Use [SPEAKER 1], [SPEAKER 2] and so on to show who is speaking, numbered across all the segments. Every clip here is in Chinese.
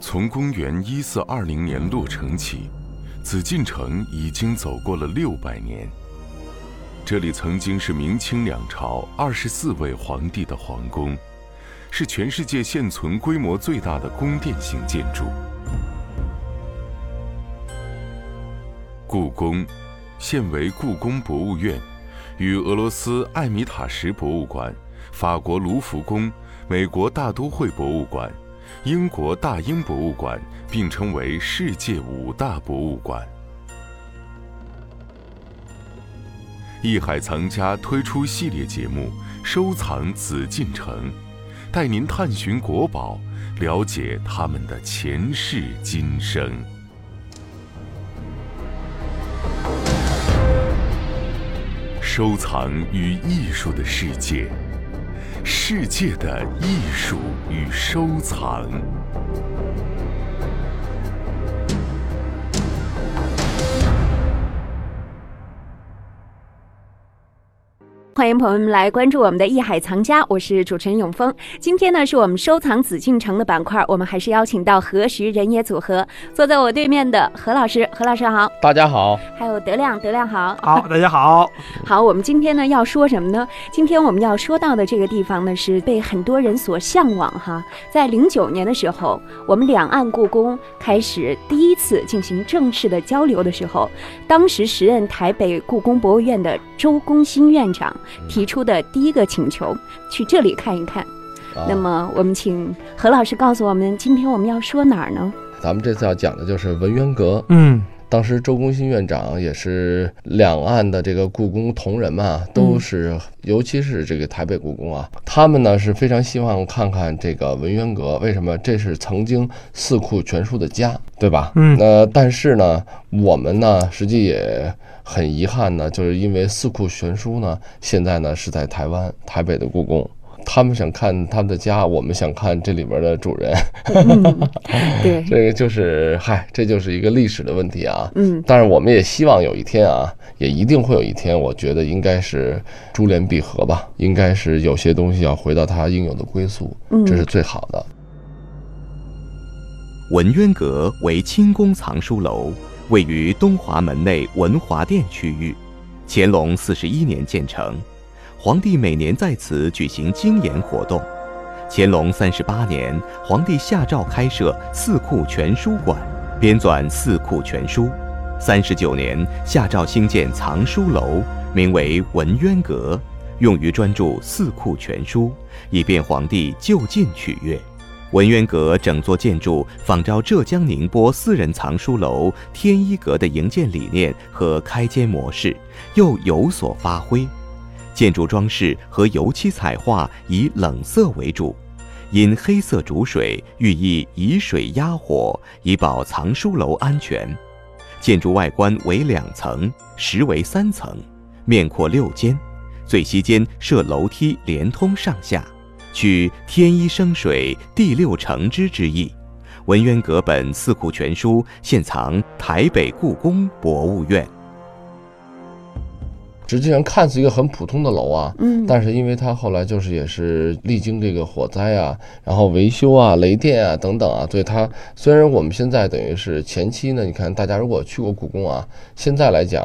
[SPEAKER 1] 从公元一四二零年落成起，紫禁城已经走过了六百年。这里曾经是明清两朝二十四位皇帝的皇宫，是全世界现存规模最大的宫殿型建筑。故宫现为故宫博物院，与俄罗斯艾米塔什博物馆、法国卢浮宫、美国大都会博物馆、英国大英博物馆并称为世界五大博物馆。艺海藏家推出系列节目《收藏紫禁城》，带您探寻国宝，了解他们的前世今生。收藏与艺术的世界，世界的艺术与收藏。
[SPEAKER 2] 欢迎朋友们来关注我们的《艺海藏家》，我是主持人永峰。今天呢，是我们收藏紫禁城的板块，我们还是邀请到何时人也组合坐在我对面的何老师，何老师好，
[SPEAKER 3] 大家好，
[SPEAKER 2] 还有德亮，德亮好。
[SPEAKER 4] 好，大家好，
[SPEAKER 2] 好，我们今天呢要说什么呢？今天我们要说到的这个地方呢，是被很多人所向往哈。在零九年的时候，我们两岸故宫开始第一次进行正式的交流的时候，当时时任台北故宫博物院的周公新院长
[SPEAKER 3] 嗯
[SPEAKER 2] 提出的第一个请求，去这里看一看。
[SPEAKER 3] 啊
[SPEAKER 2] 那么，我们请何老师告诉我们，今天我们要说哪儿 呢？
[SPEAKER 3] 咱们这次要讲的就是文渊阁。
[SPEAKER 4] 嗯
[SPEAKER 3] 当时周公新院长也是两岸的这个故宫同仁嘛，都是，尤其是这个台北故宫啊，他们呢是非常希望看看这个文渊阁，为什么？这是曾经四库全书的家，对吧？
[SPEAKER 4] 嗯
[SPEAKER 3] 那但是呢，我们呢，实际也很遗憾呢，就是因为四库全书呢，现在呢是在台湾台北的故宫。他们想看他们的家，我们想看这里边的主人，
[SPEAKER 2] 嗯，对，
[SPEAKER 3] 这个就是，嗨，这就是一个历史的问题啊。
[SPEAKER 2] 嗯
[SPEAKER 3] 但是我们也希望有一天啊，也一定会有一天，我觉得应该是珠联璧合吧，应该是有些东西要回到它应有的归宿，
[SPEAKER 2] 嗯，
[SPEAKER 3] 这是最好的。
[SPEAKER 5] 文渊阁为清宫藏书楼，位于东华门内文华殿区域，乾隆四十一年建成，皇帝每年在此举行经研活动。乾隆三十八年，皇帝下诏开设四库全书馆，编纂《四库全书》。三十九年，下诏兴建藏书楼，名为文渊阁，用于专注《四库全书》，以便皇帝就近取阅。文渊阁整座建筑仿照浙江宁波私人藏书楼天一阁的营建理念和开间模式，又有所发挥。建筑装饰和油漆彩画以冷色为主，因黑色煮水寓意以水压火，以保藏书楼安全。建筑外观为两层，实为三层，面阔六间，最西间设楼梯连通上下。取“天一生水，地六成之”之意。文渊阁本《四库全书》现藏台北故宫博物院。
[SPEAKER 3] 实际上看似一个很普通的楼啊，
[SPEAKER 2] 嗯，
[SPEAKER 3] 但是因为它后来就是也是历经这个火灾啊，然后维修啊、雷电啊等等啊，所以它虽然我们现在等于是前期呢，你看大家如果去过故宫啊，现在来讲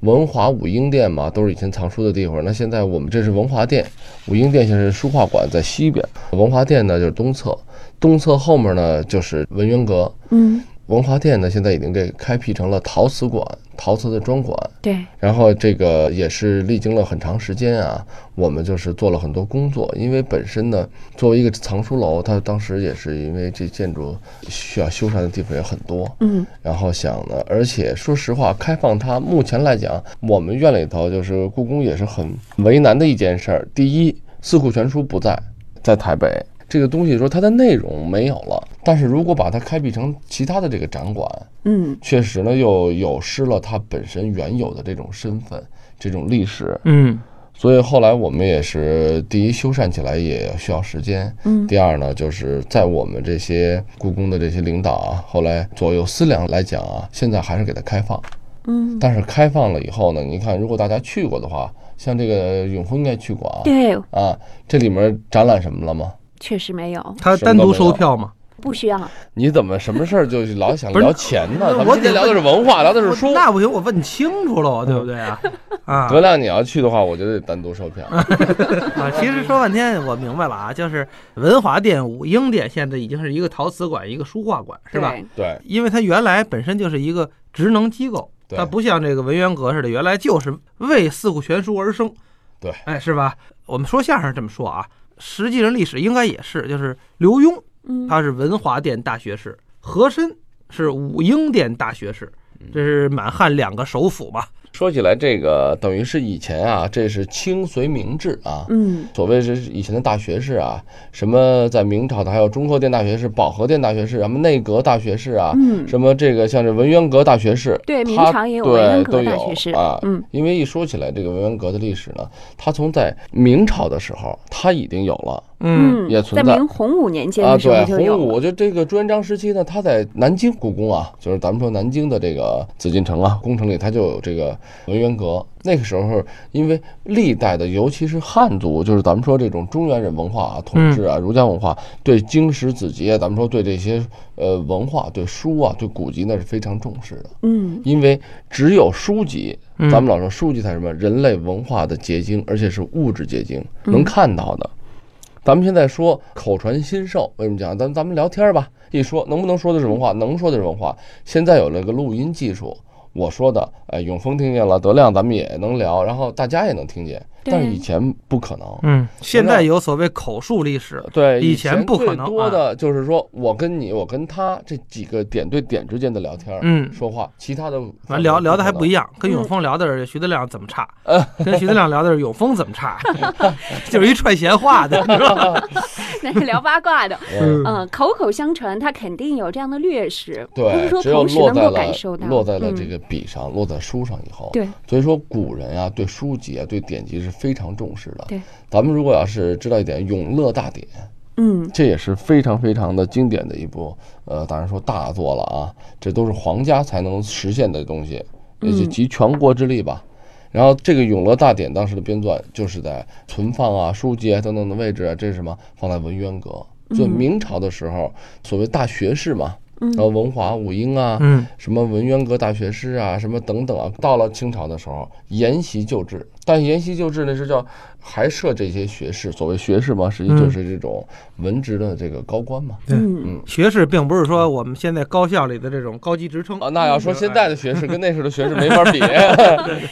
[SPEAKER 3] 文华武英殿嘛，都是以前藏书的地方。那现在我们这是文华殿，武英殿现在是书画馆在西边，文华殿呢就是东侧，东侧后面呢就是文渊阁。
[SPEAKER 2] 嗯，
[SPEAKER 3] 文华殿呢，现在已经给开辟成了陶瓷馆，陶瓷的专馆。
[SPEAKER 2] 对，
[SPEAKER 3] 然后这个也是历经了很长时间啊，我们就是做了很多工作，因为本身呢，作为一个藏书楼，它当时也是因为这建筑需要修缮的地方也很多，
[SPEAKER 2] 嗯
[SPEAKER 3] 然后想呢，而且说实话，开放它目前来讲，我们院里头就是故宫也是很为难的一件事儿。第一，《四库全书》不在，在台北。这个东西说它的内容没有了，但是如果把它开辟成其他的这个展馆，
[SPEAKER 2] 嗯
[SPEAKER 3] 确实呢，又有失了它本身原有的这种身份、这种历史。
[SPEAKER 4] 嗯
[SPEAKER 3] 所以后来我们也是，第一修缮起来也需要时间，
[SPEAKER 2] 嗯
[SPEAKER 3] 第二呢，就是在我们这些故宫的这些领导啊，后来左右思量来讲啊，现在还是给它开放。
[SPEAKER 2] 嗯，
[SPEAKER 3] 但是开放了以后呢，你看，如果大家去过的话，像这个永丰应该去过啊，
[SPEAKER 2] 对，
[SPEAKER 3] 啊，这里面展览什么了吗？
[SPEAKER 2] 确实没有。
[SPEAKER 4] 他单独收票嘛，
[SPEAKER 2] 不需要。
[SPEAKER 3] 你怎么什么事儿就老想
[SPEAKER 4] 不是
[SPEAKER 3] 聊钱呢？
[SPEAKER 4] 那
[SPEAKER 3] 咱
[SPEAKER 4] 我
[SPEAKER 3] 们今天
[SPEAKER 4] 得
[SPEAKER 3] 聊的是文化，聊的是
[SPEAKER 4] 我
[SPEAKER 3] 书。
[SPEAKER 4] 那不行，我问清楚了，对不对啊？啊，
[SPEAKER 3] 德亮，你要去的话，我就得单独售 票。
[SPEAKER 4] 啊，其实说半天我明白了啊，就是文华殿、武英殿现在已经是一个陶瓷馆、一个书画馆，是吧？
[SPEAKER 2] 对？
[SPEAKER 3] 对，
[SPEAKER 4] 因为它原来本身就是一个职能机构，
[SPEAKER 3] 对
[SPEAKER 4] 它不像这个文渊阁似的，原来就是为四库全书而生。
[SPEAKER 3] 对，
[SPEAKER 4] 哎，是吧？我们说相声这么说啊，实际上历史应该也是，就是刘墉
[SPEAKER 2] 嗯，
[SPEAKER 4] 他是文华殿大学士，和珅是武英殿大学士，
[SPEAKER 3] 嗯
[SPEAKER 4] 这是满汉两个首辅嘛。
[SPEAKER 3] 说起来这个等于是以前啊，这是清隋明制啊。
[SPEAKER 2] 嗯
[SPEAKER 3] 所谓是以前的大学士啊，什么在明朝的还有中科殿大学士、保和殿大学士，什么内阁大学士啊，
[SPEAKER 2] 嗯，
[SPEAKER 3] 什么这个像这文渊阁大学士，
[SPEAKER 2] 对，明
[SPEAKER 3] 他
[SPEAKER 2] 朝也有
[SPEAKER 3] 对
[SPEAKER 2] 文渊阁
[SPEAKER 3] 都
[SPEAKER 2] 大
[SPEAKER 3] 有
[SPEAKER 2] 学士
[SPEAKER 3] 啊，
[SPEAKER 2] 嗯，
[SPEAKER 3] 因为一说起来这个文渊阁的历史呢，它从在明朝的时候它已经有了
[SPEAKER 2] 嗯，
[SPEAKER 3] 也存
[SPEAKER 2] 在
[SPEAKER 3] 在
[SPEAKER 2] 明洪武年间
[SPEAKER 3] 啊，
[SPEAKER 2] 的时
[SPEAKER 3] 对
[SPEAKER 2] 候，就
[SPEAKER 3] 洪
[SPEAKER 2] 有
[SPEAKER 3] 武，
[SPEAKER 2] 了。
[SPEAKER 3] 我觉得这个朱元璋时期呢，他在南京故宫啊，就是咱们说南京的这个紫禁城啊，宫城里它就有这个文渊阁。那个时候，因为历代的，尤其是汉族，就是咱们说这种中原人文化啊、统
[SPEAKER 2] 嗯
[SPEAKER 3] 治啊、儒家文化，对经史子集啊，咱们说对这些呃文化、对书啊、对古籍那是非常重视的。
[SPEAKER 2] 嗯
[SPEAKER 3] 因为只有书籍，
[SPEAKER 4] 嗯
[SPEAKER 3] 咱们老说书籍才是什么人类文化的结晶，而且是物质结晶，
[SPEAKER 4] 嗯
[SPEAKER 3] 能看到的。咱们现在说口传心授，为什么讲？咱咱们聊天吧，一说能不能说的是文化？能说的是文化。现在有了个录音技术，我说的，呃，永峰听见了，德亮咱们也能聊，然后大家也能听见。
[SPEAKER 2] 对
[SPEAKER 3] 但是以前不可能。
[SPEAKER 4] 嗯，现在有所谓口述历史，
[SPEAKER 3] 对，
[SPEAKER 4] 以前
[SPEAKER 3] 前
[SPEAKER 4] 不可能
[SPEAKER 3] 最
[SPEAKER 4] 啊
[SPEAKER 3] 多的就是说我跟你，我跟他这几个点对点之间的聊天，
[SPEAKER 4] 嗯
[SPEAKER 3] 说话，其他的
[SPEAKER 4] 完聊聊的还不
[SPEAKER 3] 样。
[SPEAKER 4] 一样，跟永峰聊的是徐德亮怎么 差，
[SPEAKER 3] 嗯
[SPEAKER 4] 跟徐德亮聊的是永峰怎么差， 就是一串闲话的，是吧？
[SPEAKER 2] 那是聊八卦 的，
[SPEAKER 3] 嗯
[SPEAKER 2] 嗯，口口相传，他肯定有这样的劣势，不是
[SPEAKER 3] 对，
[SPEAKER 2] 说
[SPEAKER 3] 只有
[SPEAKER 2] 同时
[SPEAKER 3] 落
[SPEAKER 2] 能
[SPEAKER 3] 在
[SPEAKER 2] 够
[SPEAKER 3] 了
[SPEAKER 2] 感受到，
[SPEAKER 3] 落在了这
[SPEAKER 2] 嗯
[SPEAKER 3] 个笔上，落在书上以后。
[SPEAKER 2] 对，
[SPEAKER 3] 所以说古人啊，对书籍啊，对典籍是非常重视的。
[SPEAKER 2] 对，
[SPEAKER 3] 咱们如果要是知道一点《永乐大典》，
[SPEAKER 2] 嗯
[SPEAKER 3] 这也是非常非常的经典的一部，呃，当然说大作了啊，这都是皇家才能实现的东西，也就
[SPEAKER 2] 嗯
[SPEAKER 3] 集全国之力吧。然后这个《永乐大典》当时的编纂就是在存放啊、书籍啊等等的位置啊，这是什么？放在文渊阁。所以
[SPEAKER 2] 嗯
[SPEAKER 3] 明朝的时候，所谓大学士嘛，然后文华、武英啊，
[SPEAKER 4] 嗯
[SPEAKER 3] 什么文渊阁大学士啊，什么等等啊。到了清朝的时候，沿袭旧制，但沿袭旧制那是叫还设这些学士，所谓学士嘛，实际就是这种文职的这个高官嘛。
[SPEAKER 2] 嗯
[SPEAKER 4] 学士并不是说我们现在高校里的这种高级职称嗯
[SPEAKER 3] 啊，那要说现在的学士跟那时候的学士没法 比，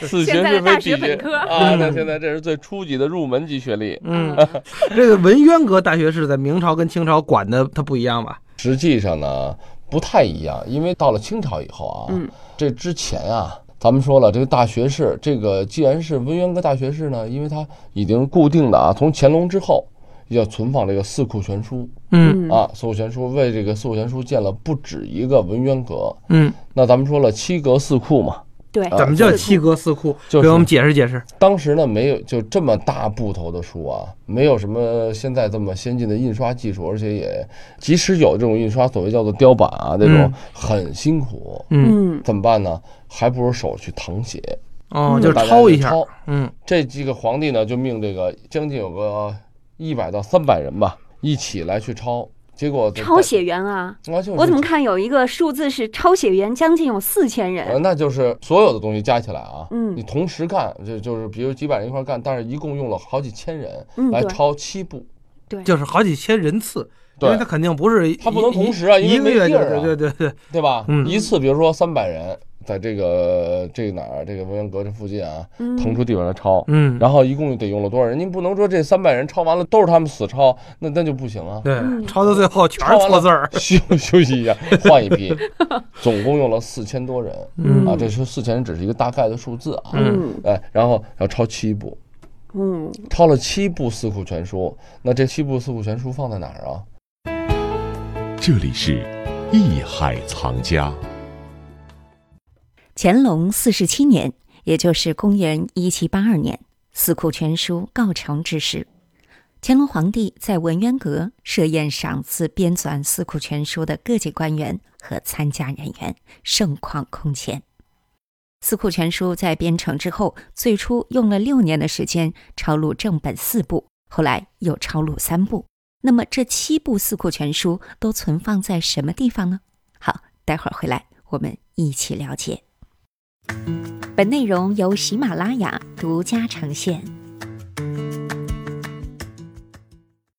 [SPEAKER 3] 此学是非
[SPEAKER 2] 现在的大
[SPEAKER 3] 彼
[SPEAKER 2] 学本科
[SPEAKER 3] 啊。那现在这是最初级的入门级学历。
[SPEAKER 4] 嗯， 这个文渊阁大学士在明朝跟清朝管的它不一样吧？
[SPEAKER 3] 实际上呢，不太一样，因为到了清朝以后啊，
[SPEAKER 2] 嗯
[SPEAKER 3] 这之前啊。咱们说了，这个大学士，这个既然是文渊阁大学士呢，因为它已经固定的啊，从乾隆之后要存放这个四库全书
[SPEAKER 4] 嗯
[SPEAKER 2] 嗯
[SPEAKER 3] 啊，四库全书为这个四库全书建了不止一个文渊阁。
[SPEAKER 4] 嗯，
[SPEAKER 3] 那咱们说了七阁四库嘛，
[SPEAKER 2] 对，
[SPEAKER 3] 啊
[SPEAKER 4] 怎么叫七阁四库？
[SPEAKER 3] 就是
[SPEAKER 4] 给我们解释解释。
[SPEAKER 3] 当时呢，没有就这么大部头的书啊，没有什么现在这么先进的印刷技术，而且也即使有这种印刷，所谓叫做雕版啊，那种
[SPEAKER 4] 嗯
[SPEAKER 3] 很辛苦，
[SPEAKER 4] 嗯，
[SPEAKER 2] 嗯
[SPEAKER 3] 怎么办呢？还不如手去誊写，
[SPEAKER 4] 哦，
[SPEAKER 2] 嗯
[SPEAKER 4] 就是
[SPEAKER 3] 大家
[SPEAKER 4] 抄一
[SPEAKER 3] 就
[SPEAKER 4] 下。
[SPEAKER 3] 抄。
[SPEAKER 4] 嗯
[SPEAKER 3] 这几个皇帝呢，就命这个将近有个一百到三百人吧，一起来去抄。结果在
[SPEAKER 2] 抄写员啊，
[SPEAKER 3] 啊，就是
[SPEAKER 2] 我怎么看有一个数字是抄写员将近有四千
[SPEAKER 3] 呃，
[SPEAKER 2] 人，
[SPEAKER 3] 那就是所有的东西加起来啊，
[SPEAKER 2] 嗯
[SPEAKER 3] 你同时干，就就是比如几百人一块儿干，但是一共用了好几千人
[SPEAKER 2] 嗯
[SPEAKER 3] 来
[SPEAKER 2] 对
[SPEAKER 3] 抄七部，
[SPEAKER 2] 对，
[SPEAKER 4] 就是好几千人次，因
[SPEAKER 3] 对
[SPEAKER 4] 为他肯定不是
[SPEAKER 3] 他不
[SPEAKER 4] 一
[SPEAKER 3] 能同时啊
[SPEAKER 4] 一
[SPEAKER 3] 因为
[SPEAKER 4] 一
[SPEAKER 3] 没
[SPEAKER 4] 个月
[SPEAKER 3] 地
[SPEAKER 4] 就
[SPEAKER 3] 儿啊
[SPEAKER 4] 对对对，
[SPEAKER 3] 对吧？
[SPEAKER 4] 嗯
[SPEAKER 3] 一次比如说三百人在这个这个哪儿这个文渊阁这附近啊，
[SPEAKER 2] 嗯
[SPEAKER 3] 腾出地方来抄，
[SPEAKER 4] 嗯，
[SPEAKER 3] 然后一共得用了多少人？您不能说这三百人抄完了都是他们死抄，那那就不行啊。
[SPEAKER 4] 对，抄到最后全
[SPEAKER 3] 抄
[SPEAKER 4] 是
[SPEAKER 3] 完
[SPEAKER 4] 错
[SPEAKER 3] 了
[SPEAKER 4] 字儿。
[SPEAKER 3] 休休息一下，换一 批，总共用了四千多人
[SPEAKER 4] 嗯
[SPEAKER 3] 啊，这是四千人只是一个大概的数字啊。
[SPEAKER 2] 嗯
[SPEAKER 3] 哎，然后要抄七部，
[SPEAKER 2] 嗯
[SPEAKER 3] 抄了七部《四库全书》，那这七部《四库全书》放在哪儿啊？
[SPEAKER 1] 这里是《艺海藏家》。
[SPEAKER 6] 乾隆四十七年，也就是公元一七八二年，《四库全书》告成之时，乾隆皇帝在文渊阁设宴赏赐编纂《四库全书》的各级官员和参加人员，盛况空前。《四库全书》在编成之后，最初用了六年的时间抄录正本四部，后来又抄录三部，那么这七部《四库全书》都存放在什么地方呢？好，待会儿回来我们一起了解。本内容由喜马拉雅独家呈现。